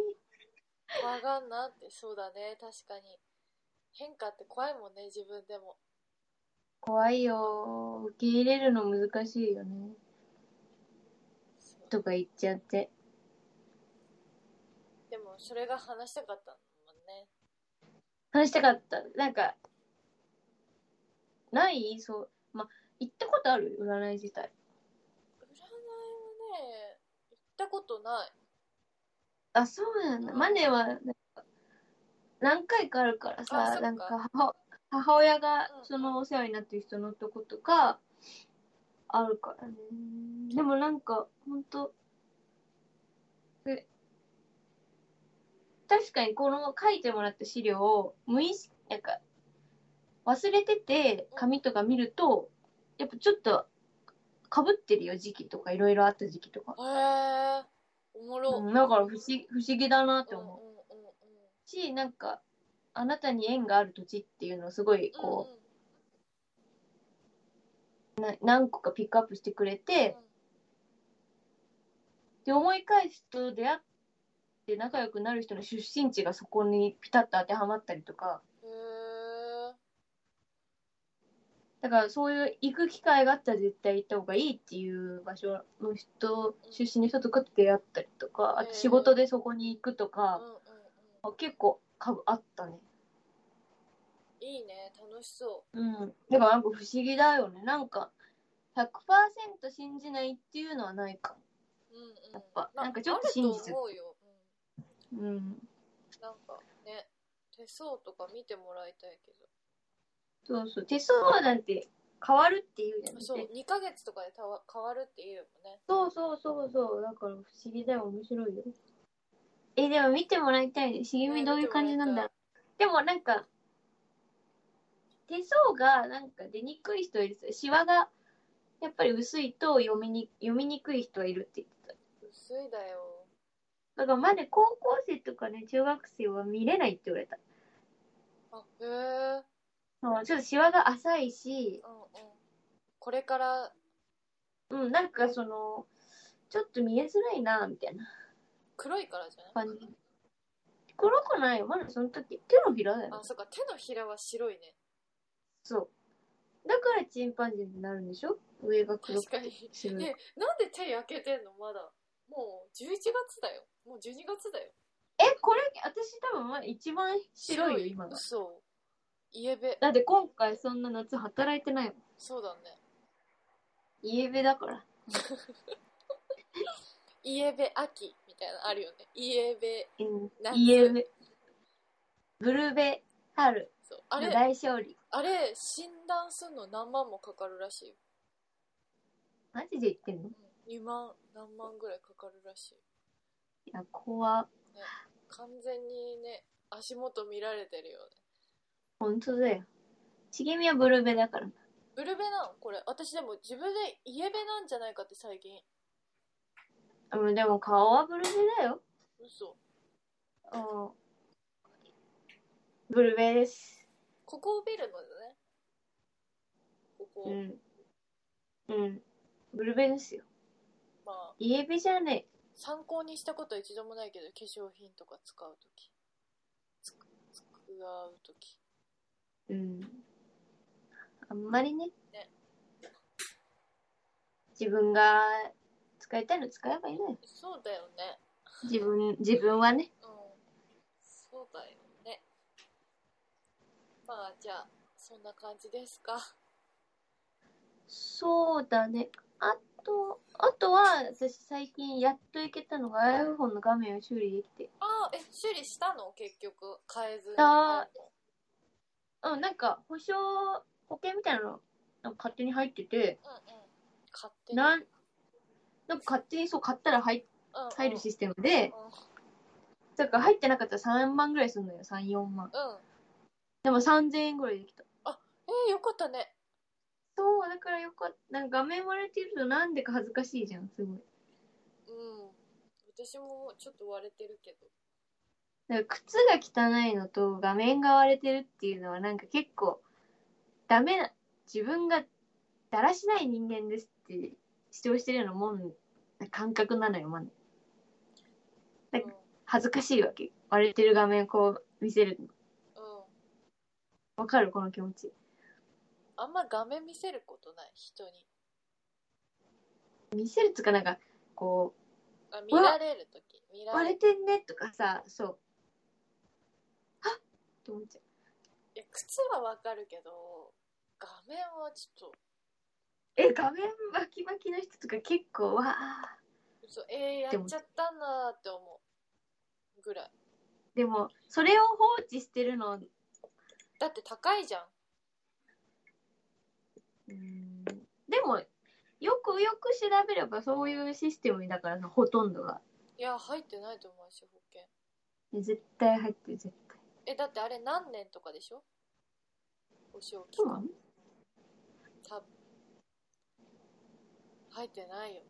Speaker 1: 怖がんなってそうだね確かに変化って怖いもんね自分でも
Speaker 2: 怖いよ受け入れるの難しいよね
Speaker 1: そう
Speaker 2: とか言っちゃって
Speaker 1: でもそれが話したかったもんね
Speaker 2: 話したかったなんかないそうまあ行ったことある占い自体
Speaker 1: 占いはね行ったことない
Speaker 2: あそうなんだマネはなんか何回かあるから
Speaker 1: あそっ
Speaker 2: さ
Speaker 1: か
Speaker 2: なんか母母親が
Speaker 1: うん
Speaker 2: そのお世話になってる人のとことかあるからねでもなんかほんとえ確かにこの書いてもらった資料を無意識なんか忘れてて紙とか見るとやっぱちょっとかぶってるよ時期とかいろいろあった時期とか、
Speaker 1: へえおもろ、
Speaker 2: うん、だから不思不思議だなって
Speaker 1: うんうん
Speaker 2: 思う。
Speaker 1: うんうん
Speaker 2: し、なんか、あなたに縁がある土地っていうのをすごい、こ
Speaker 1: うんうん
Speaker 2: う、な何個かピックアップしてくれて、
Speaker 1: う
Speaker 2: で、思い返すと出会って仲良くなる人の出身地がそこにピタッと当てはまったりとか、
Speaker 1: んへえ
Speaker 2: だからそういう行く機会があったら絶対行った方がいいっていう場所の人、出身の人とかと出会ったりとか、あと仕事でそこに行くと
Speaker 1: うん
Speaker 2: か、
Speaker 1: うんうん
Speaker 2: 結構かぶあったね。
Speaker 1: いいね楽しそ
Speaker 2: うん。だからなんか不思議だよね。なんか、100%信じないっていうのはないかも。
Speaker 1: う、うんうん、
Speaker 2: やっぱ
Speaker 1: まあ
Speaker 2: なんかちょっと信じちゃ
Speaker 1: あ
Speaker 2: う
Speaker 1: ると思うよ、うん、
Speaker 2: うん。
Speaker 1: なんかね手相とか見てもらいたいけど
Speaker 2: そうそう。手相なんて変わるっていうじゃん。
Speaker 1: そう2ヶ月とかでたわ変わるって言うもんね
Speaker 2: そうそうそうそう。だから不思議だよ。面白いよ。え、でも見てもらいたいね。茂みどういう感じなんだろう。でもなんか、手相がなんか出にくい人いる。シワがやっぱり薄いと読みに読みにくい人はいるって言ってた。
Speaker 1: 薄いだよ
Speaker 2: だからまだ高校生とかね、中学生は見れないって言われた。
Speaker 1: あへえ
Speaker 2: そうちょっとシワが浅いし、
Speaker 1: うんうんこれから
Speaker 2: うん、なんかその、ちょっと見えづらいな、みたいな。
Speaker 1: 黒いからじゃない
Speaker 2: 感じ。黒くないよ。まだその時、手のひらだよ
Speaker 1: あ。そっか手のひらは白いね
Speaker 2: そう。だからチンパンジーになるんでしょ上が黒く
Speaker 1: 確か
Speaker 2: て
Speaker 1: に
Speaker 2: 白い。
Speaker 1: ねなんで手焼けてんのまだもう11月だよもう12月だよ
Speaker 2: え、これ、私多分まだ一番白いよ、今が。
Speaker 1: そう家べ
Speaker 2: だって今回そんな夏働いてないもん。
Speaker 1: そうだね
Speaker 2: 家べだから。
Speaker 1: 家べ秋みたいなのあるよね家べ
Speaker 2: うん
Speaker 1: 夏
Speaker 2: 家べ。ブルーベ、春
Speaker 1: そうあ
Speaker 2: の
Speaker 1: れ
Speaker 2: 大勝利。
Speaker 1: あれ診断すんの何万もかかるらしいよ
Speaker 2: マジで言ってんのい
Speaker 1: 2万何万ぐらいかかるらしい
Speaker 2: や、怖。
Speaker 1: 完全にね足元見られてるよね
Speaker 2: 本当だよ。茂みはブルーベだから。
Speaker 1: ブルベなのこれ私でも自分で家ベなんじゃないかって最近
Speaker 2: うん、でも顔はブルーベだよ。
Speaker 1: 嘘
Speaker 2: うん。ブルーベです。
Speaker 1: ここを見るのだねここ、
Speaker 2: うん。うん。ブルベですよ。
Speaker 1: まあ
Speaker 2: イエベじゃね
Speaker 1: 参考にしたことは一度もないけど化粧品とか使う時つく使う時
Speaker 2: え。うん。あんまりね。
Speaker 1: ね
Speaker 2: 自分が使いたいの使えばいいのよ。
Speaker 1: そうだよね
Speaker 2: 自分、自分はね。
Speaker 1: うんそうだよねまあじゃあそんな感じですか
Speaker 2: そうだね。あと、あとは、私最近やっといけたのが iPhone の画面を修理できて。
Speaker 1: ああえ修理したの結局変えずに
Speaker 2: あうん、なんか、保証、保険みたいなの、なんか勝手に入ってて、
Speaker 1: うんうん勝手に
Speaker 2: なん、なんか勝手にそう買ったら入
Speaker 1: うんうん
Speaker 2: 入るシステムで、
Speaker 1: うん
Speaker 2: だから入ってなかったら3万ぐらいするのよ、3、4万。
Speaker 1: うん
Speaker 2: でも3000円ぐらいできた。
Speaker 1: えー、よかったね。
Speaker 2: そう、だからよかった。なんか画面割れてるとなんでか恥ずかしいじゃん、すごい。
Speaker 1: うん。私もちょっと割れてるけど。
Speaker 2: だから靴が汚いのと画面が割れてるっていうのはなんか結構ダメな自分がだらしない人間ですって主張してるようなもん感覚なのよまだ
Speaker 1: うん
Speaker 2: だ恥ずかしいわけ割れてる画面こう見せるの
Speaker 1: うん
Speaker 2: わかるこの気持ち
Speaker 1: あんま画面見せることない人に
Speaker 2: 見せるっつうかなんかこ
Speaker 1: あ見られる時見
Speaker 2: う
Speaker 1: ら
Speaker 2: 割
Speaker 1: れ
Speaker 2: れ
Speaker 1: る
Speaker 2: てんねとかさそうはっと思っちゃう
Speaker 1: いや靴はわかるけど画面はちょっと
Speaker 2: え画面バキバキの人とか結構わあ
Speaker 1: そうえー、やっちゃったんだって思うぐらい
Speaker 2: でもそれを放置してるの
Speaker 1: だって高いじゃん
Speaker 2: うんでもよくよく調べればそういうシステムだからさほとんどが
Speaker 1: いや入ってないと思うし保険
Speaker 2: 絶対入ってる絶対
Speaker 1: えだってあれ何年とかでしょ保証期
Speaker 2: そうな
Speaker 1: 間
Speaker 2: の
Speaker 1: 多分入ってないよ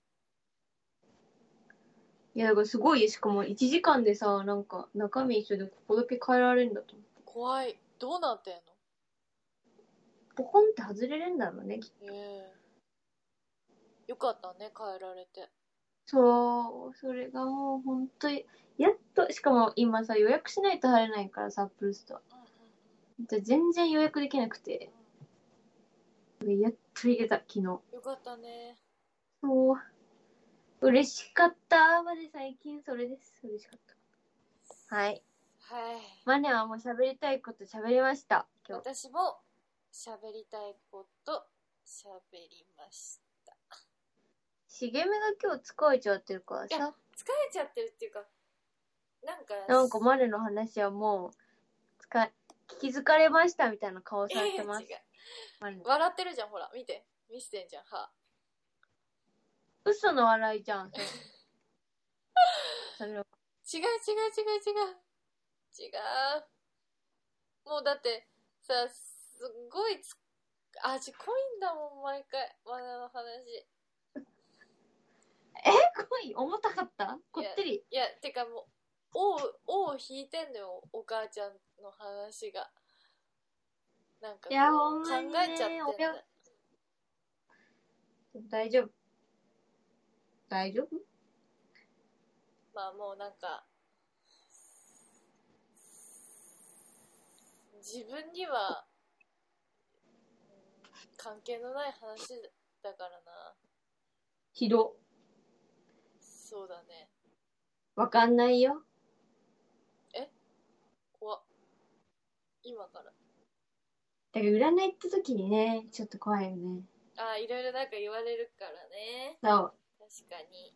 Speaker 2: いやだからすごいよしかも1時間でさなんか中身一緒でここだけ変えられるんだと思って
Speaker 1: 怖いどうなってんの
Speaker 2: ポコンって外れるんだろうねきっと
Speaker 1: ええよかったね変えられて
Speaker 2: そうそれがもう本当にやっとしかも今さ予約しないと入れないからさアップルストア
Speaker 1: うん
Speaker 2: で全然予約できなくてやっと入れた昨日
Speaker 1: よかったね
Speaker 2: そう。嬉しかった。まで最近それです。嬉しかった。はい。
Speaker 1: はい
Speaker 2: マネはもう喋りたいこと喋りました。今日。
Speaker 1: 私も喋りたいこと喋りまし
Speaker 2: 茂みが今日疲れちゃってるから
Speaker 1: い
Speaker 2: さ。
Speaker 1: やた疲れちゃってるっていうかなんか
Speaker 2: なんかマネの話はもう、つか、聞き疲れましたみたいな顔されてます
Speaker 1: え。え違う
Speaker 2: マネ
Speaker 1: 笑ってるじゃんほら見て見せてんじゃん歯
Speaker 2: 嘘の笑いじゃん。
Speaker 1: <laughs>
Speaker 2: それは
Speaker 1: 違う違う違う違う違うもうだってさすっごいつ味濃いんだもん毎回マナの話
Speaker 2: すごい重たかったこってり。
Speaker 1: いやてかもう王を引いてんのよお母ちゃんの話がなんかこう
Speaker 2: いやほん
Speaker 1: 考
Speaker 2: まにね
Speaker 1: えちゃってんだ
Speaker 2: 親大丈夫。大丈夫
Speaker 1: まあもうなんか自分にはうん関係のない話だからな
Speaker 2: ひど。
Speaker 1: そうだね
Speaker 2: わかんないよ。
Speaker 1: 怖っ今から
Speaker 2: だから占いって時にね、ちょっと怖いよね。
Speaker 1: あいろいろなんか言われるからね
Speaker 2: そう。
Speaker 1: 確かに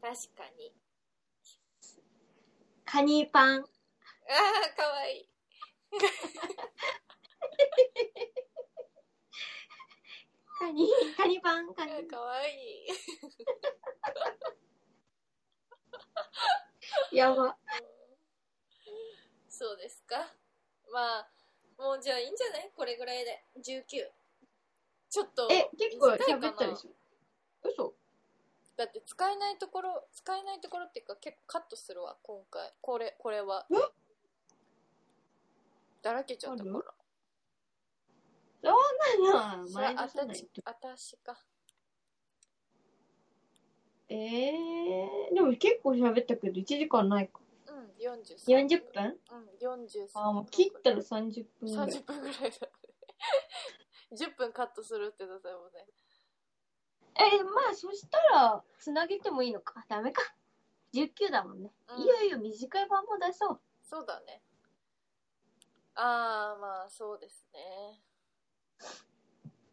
Speaker 1: 確かに
Speaker 2: カニパン。
Speaker 1: ああかわいい
Speaker 2: カニ、カニパン、カニ
Speaker 1: あ。かわいい
Speaker 2: やば。
Speaker 1: そうですか。まあ、もうじゃあいいんじゃないこれぐらいで。19。ちょっと、
Speaker 2: え、結構
Speaker 1: 短いか
Speaker 2: 喋
Speaker 1: な
Speaker 2: ったでしょ嘘
Speaker 1: だって使えないところ、使えないところっていうか結構カットするわ、今回。これ、これは
Speaker 2: え。
Speaker 1: だらけちゃったか
Speaker 2: あ
Speaker 1: ら
Speaker 2: る。そうなの
Speaker 1: それ
Speaker 2: 前
Speaker 1: あ
Speaker 2: 出さ
Speaker 1: た
Speaker 2: ない
Speaker 1: ち、あたしか。
Speaker 2: えー、でも結構喋ったけど1時間ないか。
Speaker 1: うん、43。
Speaker 2: 40分
Speaker 1: うん、43。
Speaker 2: あー、もう切ったら30分ぐらい。
Speaker 1: 30分ぐらいだね。10分カットするってなったもんね。
Speaker 2: え、まあそしたら、つなげてもいいのか。ダメか。19だもんね。
Speaker 1: うん
Speaker 2: いよいよ短い版も出そう。
Speaker 1: そうだね。ああ、まあ、そうですね。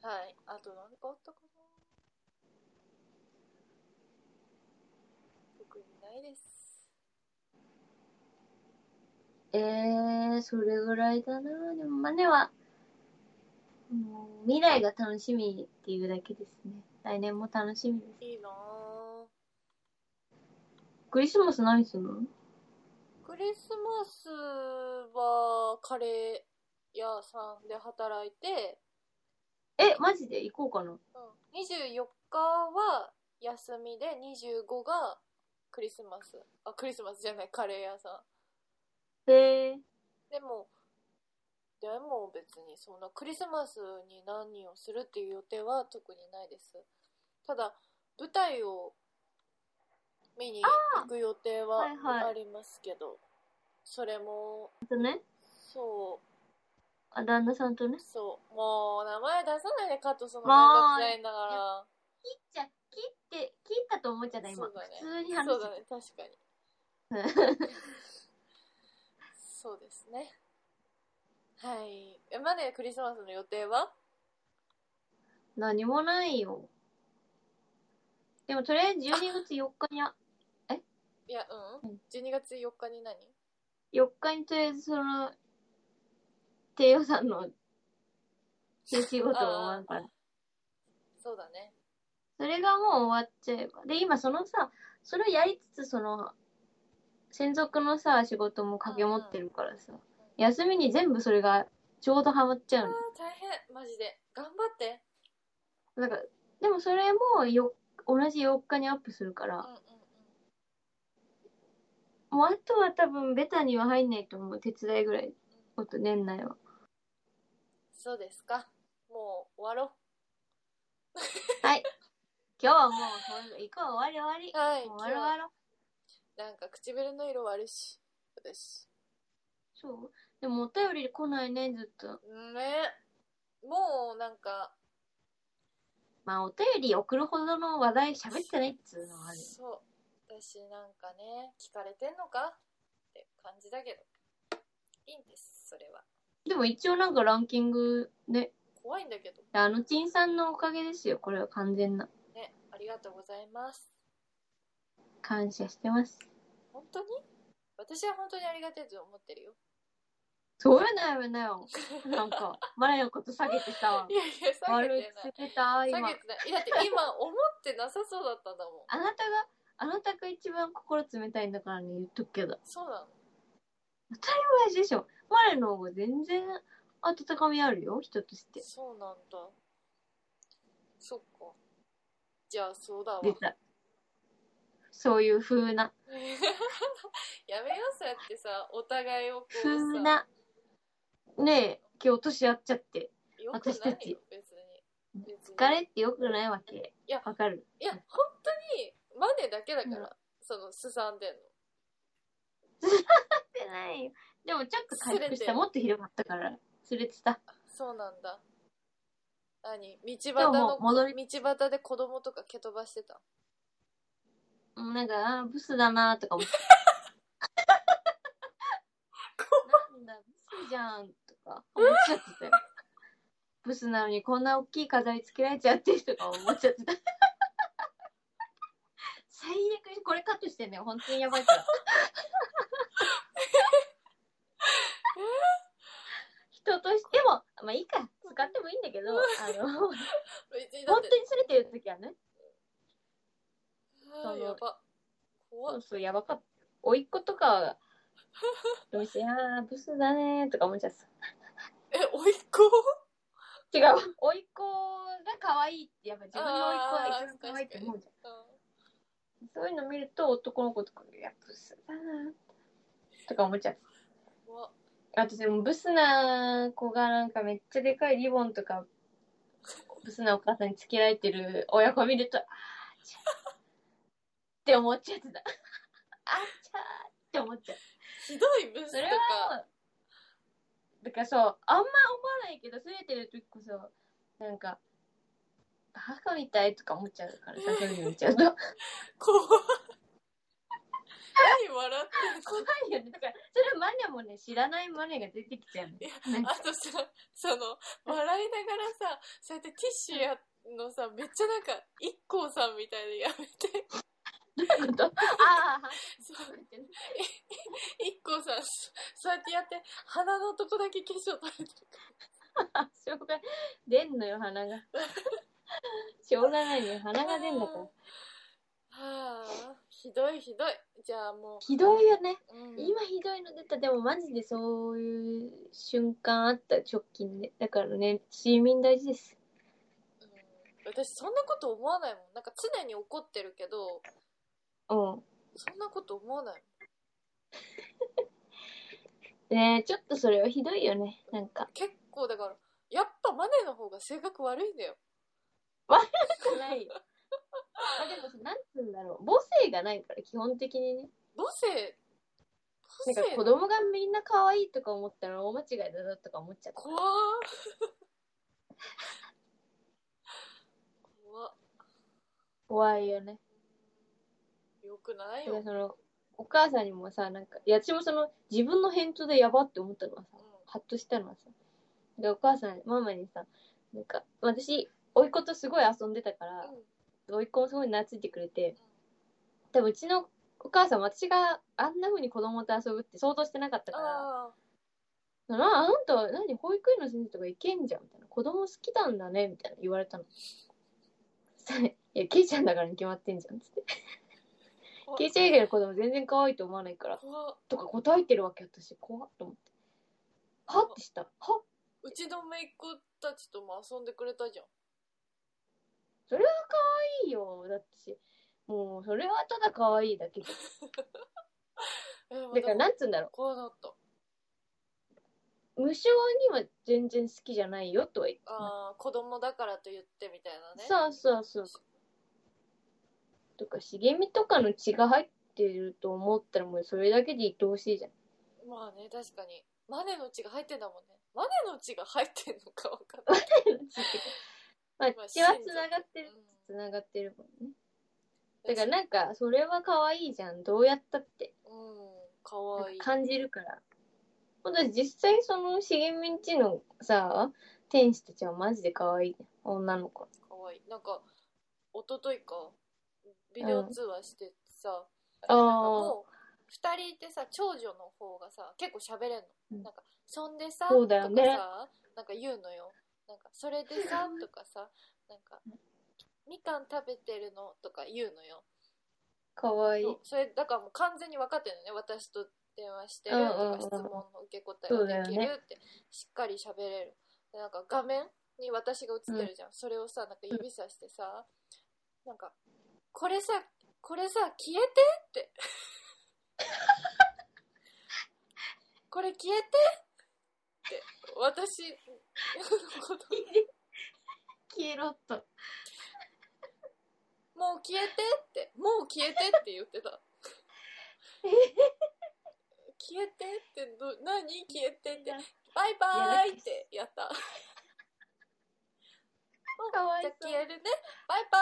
Speaker 1: はい。あと何かあったかな特にないです。
Speaker 2: えー、それぐらいだな。でもマネは、もう未来が楽しみっていうだけですね。来年も楽しみです。
Speaker 1: いいなぁ。
Speaker 2: クリスマス何するの
Speaker 1: クリスマスはカレー屋さんで働いて、
Speaker 2: え、マジで行こうかな。
Speaker 1: うん、24日は休みで25がクリスマスあクリスマスじゃないカレー屋さん
Speaker 2: へえ
Speaker 1: でもでも別にそんなクリスマスに何をするっていう予定は特にないですただ舞台を見に行く予定は
Speaker 2: あーはいはい
Speaker 1: ありますけど、それも
Speaker 2: あとね
Speaker 1: そう
Speaker 2: あ旦那さんとね
Speaker 1: そうもう名前出さないでカットするのめんどくさいんだか
Speaker 2: 切っちゃ切って切ったと思っちゃった
Speaker 1: ら
Speaker 2: 今
Speaker 1: そうだね
Speaker 2: 普通に話
Speaker 1: そう
Speaker 2: し
Speaker 1: だね確
Speaker 2: <laughs>
Speaker 1: かにそうですねはいえまでクリスマスの予定は
Speaker 2: 何もないよでもとりあえず12月4日にあ
Speaker 1: いやうん12月4日に何
Speaker 2: 4日にとりあえずその低予算の手仕事を終わるから
Speaker 1: そうだね
Speaker 2: それがもう終わっちゃえばで今そのさそれをやりつつその専属のさ仕事も掛け持ってるからさ休みに全部それがちょうどハマっちゃう
Speaker 1: あー
Speaker 2: の
Speaker 1: 大変マジで頑張って
Speaker 2: だからでもそれもよ同じ4日にアップするから、
Speaker 1: うんうん
Speaker 2: もうあとは多分ベタには入んないと思う手伝いぐらい
Speaker 1: うん
Speaker 2: こと年内は
Speaker 1: そうですかもう終わろ
Speaker 2: はい今日はもうこれ行こう終わり終わり
Speaker 1: うはい
Speaker 2: もう
Speaker 1: 今
Speaker 2: 終わろう
Speaker 1: 日
Speaker 2: 終わろう
Speaker 1: なんか唇の色悪いし私
Speaker 2: そうでもお便り来ないねずっと
Speaker 1: ねもうなんか
Speaker 2: まあお便り送るほどの話題喋ってないっつうのはある
Speaker 1: そう私なんかね聞かれてんのかって感じだけどいいんですそれは
Speaker 2: でも一応なんかランキングね、
Speaker 1: 怖いんだけど
Speaker 2: あのちんさんのおかげですよ、これは完全な。
Speaker 1: ねありがとうございます
Speaker 2: 感謝してます。
Speaker 1: 本当に私は本当にありがてえと思ってるよ
Speaker 2: そういうのやめなよ。 <laughs> なんか、前のこと下げてさ
Speaker 1: い、やいや下げ
Speaker 2: 悪
Speaker 1: て
Speaker 2: く
Speaker 1: な
Speaker 2: つ
Speaker 1: い
Speaker 2: けた、
Speaker 1: 下
Speaker 2: 今
Speaker 1: げ。てないいやだって今思ってなさそうだったんだもん
Speaker 2: あなたが、あなたが一番心冷たいんだからね、言っとくけど。
Speaker 1: そうなの
Speaker 2: そうでしょ。前の方が全然温かみあるよ、人として。
Speaker 1: そうなんだそっかじゃあそうだわや
Speaker 2: 出た。そういう風な、
Speaker 1: めよう <laughs> そうやってさお互いをこう
Speaker 2: 風
Speaker 1: さ
Speaker 2: な、ねえ、今日落とし合っちゃって。
Speaker 1: よく
Speaker 2: 私
Speaker 1: な
Speaker 2: た
Speaker 1: い
Speaker 2: ち
Speaker 1: よ別に別に
Speaker 2: 疲れって良くないわけ。
Speaker 1: や
Speaker 2: わかる。
Speaker 1: いや本当にマネだけだから、
Speaker 2: うん
Speaker 1: そのすさんでんの
Speaker 2: ってないよ。でもちょっと回
Speaker 1: す
Speaker 2: 復
Speaker 1: れ
Speaker 2: してた。
Speaker 1: る
Speaker 2: もっとひどかったから。すれてた。
Speaker 1: そうなんだ何道端
Speaker 2: でもも
Speaker 1: の
Speaker 2: う戻り
Speaker 1: 道端で子供とか蹴飛ばしてた
Speaker 2: うんなんか、あーブスだなーとか思って。なんだ、ブスじゃんとか思っちゃってたよ。ブスなのにこんな大きい飾りつけられちゃってとか思っちゃってた。最悪これカットしてね、本当にやばいから。人としても、まあいいか、使ってもいいんだけど、あの、
Speaker 1: 別にだっ
Speaker 2: 本
Speaker 1: て
Speaker 2: 当にすれてる時はね、
Speaker 1: あ
Speaker 2: そ
Speaker 1: ー
Speaker 2: の
Speaker 1: やば
Speaker 2: そ
Speaker 1: 怖
Speaker 2: う
Speaker 1: っ
Speaker 2: そう、やばかった。甥っ子とかは、どうして、あー、ブスだねーとか思っちゃってた。
Speaker 1: えおいっ子
Speaker 2: 違う、甥っ子が可愛いって、やっぱ自分の甥っ子が一番可愛いって思うじゃ。
Speaker 1: うん
Speaker 2: そういうの見ると、男の子とか、いや、ブスだなーとか思っちゃって。
Speaker 1: ん怖った
Speaker 2: あと、でも、ブスな子がなんかめっちゃでかいリボンとか、ブスなお母さんにつけられてる親子見ると、あーちゃーって思っちゃってた。あ <laughs> ーちゃーって思っちゃう。
Speaker 1: ひどいブス
Speaker 2: そ
Speaker 1: と
Speaker 2: れは
Speaker 1: か
Speaker 2: だからそうあんま思わないけどすれてる時こそなんか母みたいとか思っちゃうからさそういうの見ちゃ
Speaker 1: <laughs>
Speaker 2: うと怖
Speaker 1: 怖っ <laughs> 何笑ってんの
Speaker 2: いよねだからそれマネもね知らないマネが出てきちゃうの
Speaker 1: いや
Speaker 2: なんか
Speaker 1: あとさ、その、笑いながらさ、そうやってティッシュやのさ、めっちゃなんか、一光さんみたいでやめて、
Speaker 2: どういうことああ
Speaker 1: そう、 <laughs> 一光さん、そそうやってやって、鼻のとこだけ化粧取れてるか
Speaker 2: あしょうが出んのよ鼻がしょうがないね鼻が出んだから
Speaker 1: ら。はあ、ひどいひどい。じゃあも
Speaker 2: ひどいよね
Speaker 1: う、うん
Speaker 2: 今ひどいの出たでもマジでそういう瞬間あった直近でだからね睡眠大事です
Speaker 1: うん私そんなこと思わないもん。なんか常に怒ってるけど、
Speaker 2: うん
Speaker 1: そんなこと思わない
Speaker 2: ねえちょっとそれはひどいよねなんか
Speaker 1: 結構だからやっぱマネの方が性格悪いんだよ
Speaker 2: ないよあでもさなんつうんだろう母性がないから基本的にね
Speaker 1: 母性
Speaker 2: な
Speaker 1: 母
Speaker 2: んか
Speaker 1: 性
Speaker 2: 子供がみんな可愛いとか思ったら大間違いだなとか思っちゃった
Speaker 1: 怖っ怖っ
Speaker 2: 怖いよね
Speaker 1: よくない
Speaker 2: だから
Speaker 1: よ、
Speaker 2: そのお母さんにもさなんかいや私もその自分の返答でやばって思ったのはさ
Speaker 1: う
Speaker 2: ハッとしたのはさでお母さんママにさなんか私甥っ子とすごい遊んでたから
Speaker 1: んうん
Speaker 2: 甥っ子もすごい懐いてくれて多分うちのお母さんは私があんな風に子供と遊ぶって想像してなかったから
Speaker 1: あ
Speaker 2: 「なああんた何保育園の先生とか行けんじゃん」みたいな「子供好きなんだね」みたいな言われたの。 <laughs> そしたらいやケイちゃんだからに決まってんじゃん」っつって「ケイちゃん以外の子供全然可愛いと思わないから
Speaker 1: あ」怖っ
Speaker 2: とか答えてるわけ私怖っと思ってはってしたは
Speaker 1: うちの姪っ子たちとも遊んでくれたじゃん
Speaker 2: それは可愛いよだってしもうそれはただ可愛いだけじ
Speaker 1: え
Speaker 2: ゃんだからなんつうんだろ
Speaker 1: 怖なった
Speaker 2: う無償には全然好きじゃないよとは言って
Speaker 1: あー子供だからと言ってみたいなね
Speaker 2: そうそうそうとか茂みとかの血が入ってると思ったらもうそれだけで愛おしい
Speaker 1: <laughs>
Speaker 2: じゃん
Speaker 1: まあね確かにマネの血が入ってんだもんねマネの血が入ってんのか分かんない、
Speaker 2: まあ
Speaker 1: まあ
Speaker 2: 血はつながって
Speaker 1: うん
Speaker 2: るつながってるもんねだからなんかそれは可愛いじゃんどうやったって
Speaker 1: うんかわいい
Speaker 2: 感じるから。私実際その茂みんちのさ、天使たちはマジで可愛い女の子。
Speaker 1: かわいいなんか一昨日かビデオ通話してさ、
Speaker 2: あ
Speaker 1: なんか
Speaker 2: あ、
Speaker 1: もう2人いてさ長女の方がさ結構喋れんの、
Speaker 2: うん
Speaker 1: なんか「そんでさ」
Speaker 2: そうだよね
Speaker 1: とかさなんか言うのよなんか「それでさ」とかさなんか「みかん食べてるの?」とか言うのよ
Speaker 2: 可愛い
Speaker 1: そうそれだからもう完全に分かってるのね私と電話してる
Speaker 2: うん
Speaker 1: と
Speaker 2: うんうん
Speaker 1: か質問の受け答えができ
Speaker 2: そうだよ
Speaker 1: るってしっかり喋れるでなんか画面に私が映ってるじゃん、それをさなんか指さしてさなんか「これさこれさ消えて」
Speaker 2: <laughs>
Speaker 1: って「これ消えて」って私のこと
Speaker 2: 消えろっと。
Speaker 1: もう消えてって、もう消えてって言ってた。消えてってど、何消えてって、バイバーイってやった。
Speaker 2: かわい
Speaker 1: じ
Speaker 2: そ
Speaker 1: ゃ
Speaker 2: う
Speaker 1: あ消えるね、バイバ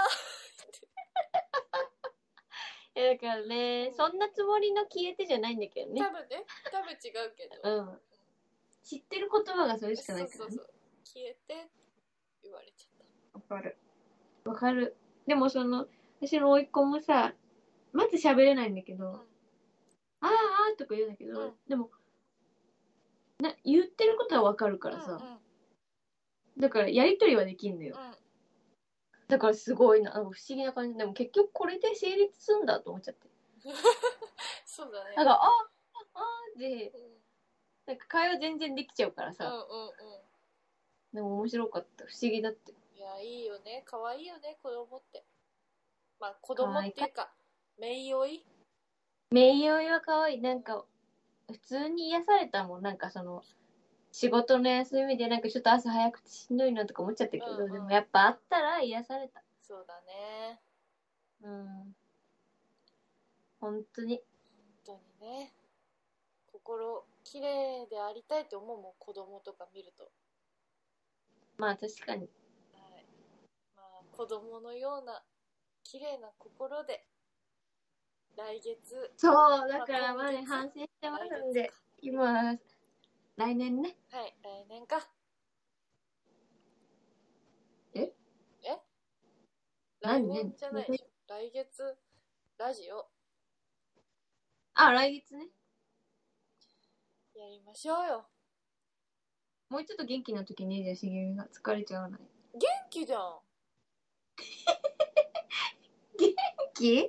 Speaker 1: ー
Speaker 2: い
Speaker 1: イ。
Speaker 2: やだからね、そんなつもりの消えてじゃないんだけどね
Speaker 1: 多。分ね、多分違うけ
Speaker 2: う
Speaker 1: ど。
Speaker 2: ん。知ってる言葉がそれし
Speaker 1: そ
Speaker 2: かないうか
Speaker 1: そ
Speaker 2: ら
Speaker 1: う
Speaker 2: ね
Speaker 1: そう。消えてって言われちゃ
Speaker 2: わ
Speaker 1: っ
Speaker 2: かる。わかる。でもその、私の甥っ子もさ、まず喋れないんだけど、あ
Speaker 1: ん
Speaker 2: ーあーとか言うんだけど、
Speaker 1: うん
Speaker 2: でも、な言ってることはわかるか
Speaker 1: た。
Speaker 2: らさ、
Speaker 1: うんうん
Speaker 2: だからやりとりはできんのよ、
Speaker 1: うん
Speaker 2: だからすごいななんか不思議な感じでも結局これで成立すんだと思っちゃって
Speaker 1: そうだね。
Speaker 2: なんかあああーで
Speaker 1: うんうん
Speaker 2: なんか会話全然できちゃうから
Speaker 1: う
Speaker 2: さ、
Speaker 1: んうん。
Speaker 2: でも面白かった不思議だって
Speaker 1: いや、いいよね。可愛いよね、子供って。まあ、子供っていうか、姪老い。
Speaker 2: 名誉は可愛いなんか普通に癒されたもんなんかその仕事の休みでなんかちょっと朝早くてしんどいなとか思っちゃったけど、
Speaker 1: うんうん
Speaker 2: でもやっぱあったら癒された
Speaker 1: そうだね。
Speaker 2: うん本当に
Speaker 1: 本当にね心綺麗でありたいって思うもん子供とか見ると、
Speaker 2: まあ確かに
Speaker 1: はいまあ、子供のような綺麗な心で来月
Speaker 2: そう、だからまあね、
Speaker 1: まあ
Speaker 2: 反省してますんで、今、来年ね。
Speaker 1: はい来年か
Speaker 2: え
Speaker 1: え来
Speaker 2: 何
Speaker 1: 年じゃないでしょ来月ラジオ
Speaker 2: あ、来月ね。
Speaker 1: やりましょうよ
Speaker 2: もうちょっと元気な時に、じゃあ、しげみが疲れちゃわない。
Speaker 1: 元気じゃん
Speaker 2: 元気
Speaker 1: 見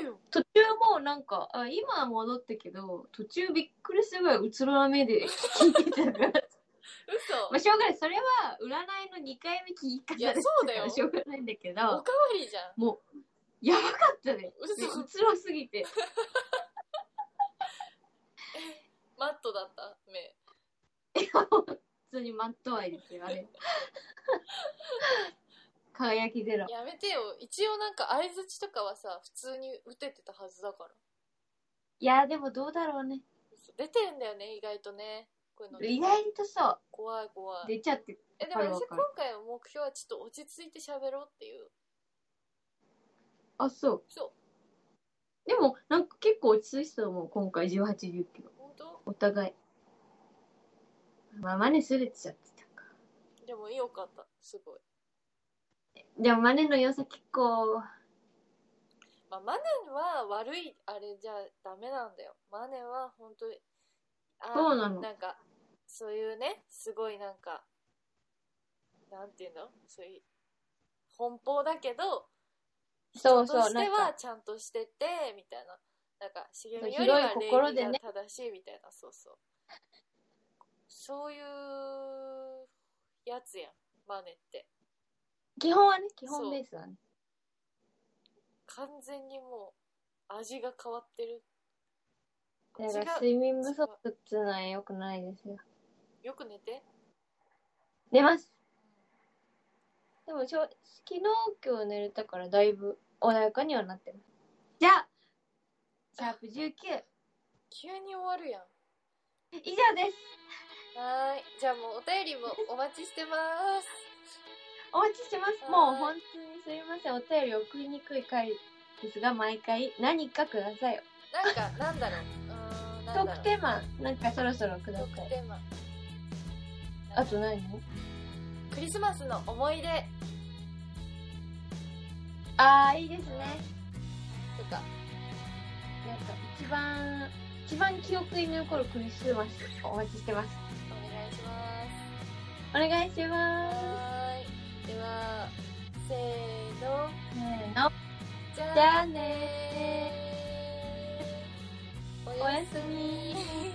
Speaker 1: てよ
Speaker 2: 途中もうなんか、あ今は戻ったけど、途中びっくりするぐらいうつろな目で聞いてたから。
Speaker 1: 嘘
Speaker 2: まあ、しょうがない。それは、占いの2回目聞い
Speaker 1: いや
Speaker 2: 方
Speaker 1: そ
Speaker 2: で
Speaker 1: うだよ
Speaker 2: <laughs> しょうがないんだけど
Speaker 1: お、かわりじゃん
Speaker 2: もう、やばかったね。
Speaker 1: 嘘
Speaker 2: うつろすぎて。
Speaker 1: マットだった目
Speaker 2: 普通にマットアイですよ、あ <laughs> れ。輝きゼロ。
Speaker 1: やめてよ一応なんか相づちとかはさ普通に打ててたはずだから
Speaker 2: いや、でもどうだろうね。
Speaker 1: 嘘出てるんだよね意外とねこういうの
Speaker 2: 意外とそ
Speaker 1: 怖い怖
Speaker 2: う、
Speaker 1: い
Speaker 2: 出ちゃって。
Speaker 1: えでも
Speaker 2: わかる
Speaker 1: 私
Speaker 2: わ
Speaker 1: 今
Speaker 2: かる
Speaker 1: 回の目標はちょっと落ち着いて喋ろうっていう
Speaker 2: あ、そう。
Speaker 1: そ
Speaker 2: でも、なんか結構落ち着いてたと思う、今回18、19キロ
Speaker 1: う。本当
Speaker 2: お互い。まあ、真似すれてちゃってたか。
Speaker 1: でもよかったすごい
Speaker 2: でも、真似の良さ結構、
Speaker 1: まあ、マネは悪いあれじゃダメなんだよマネは本当にあ
Speaker 2: そうなの
Speaker 1: なんかそういうねすごいなんかなんていうのそういう奔放だけど
Speaker 2: そう
Speaker 1: 人と
Speaker 2: そう、
Speaker 1: して
Speaker 2: なん
Speaker 1: は
Speaker 2: か、
Speaker 1: ちゃんとしててみたいななんか茂みより
Speaker 2: 広い
Speaker 1: は礼儀
Speaker 2: 心でね
Speaker 1: が正しいみたいなそうそうそういうやつやんマネって
Speaker 2: 基本はね、基本ベースはね。
Speaker 1: 完全にもう味が変わってる
Speaker 2: だから、
Speaker 1: 違う
Speaker 2: 睡眠不足っつうのは良くないですよ。
Speaker 1: よく寝て
Speaker 2: 出ます。でもしょ、昨日、今日寝れたから、だいぶ穏やかにはなってます。じゃあ、シャープ19、
Speaker 1: 急に終わるやん
Speaker 2: 以上です。
Speaker 1: はーいじゃあもうお便りもお待ちしてます
Speaker 2: お待ちしてます。
Speaker 1: は
Speaker 2: も
Speaker 1: ーいう
Speaker 2: 本当にすいません。お便り送りにくい回ですが、毎回何かください。
Speaker 1: なんかなんだろううーん
Speaker 2: ト
Speaker 1: なん
Speaker 2: ー
Speaker 1: だろ
Speaker 2: ク
Speaker 1: う
Speaker 2: テーマ、なんかそろそろくださ
Speaker 1: ト
Speaker 2: い
Speaker 1: ーク。テーマ
Speaker 2: あと何
Speaker 1: クリスマスの思い出
Speaker 2: ああ、いいですね。
Speaker 1: と
Speaker 2: なん
Speaker 1: か
Speaker 2: か一番、一番記憶に残るクリスマス、お待ちしてます。
Speaker 1: お願いします
Speaker 2: お願いしま
Speaker 1: はーいではせーの
Speaker 2: す。せーの、
Speaker 1: じゃ
Speaker 2: じゃあ
Speaker 1: ー
Speaker 2: ね
Speaker 1: ねー
Speaker 2: おやすみ。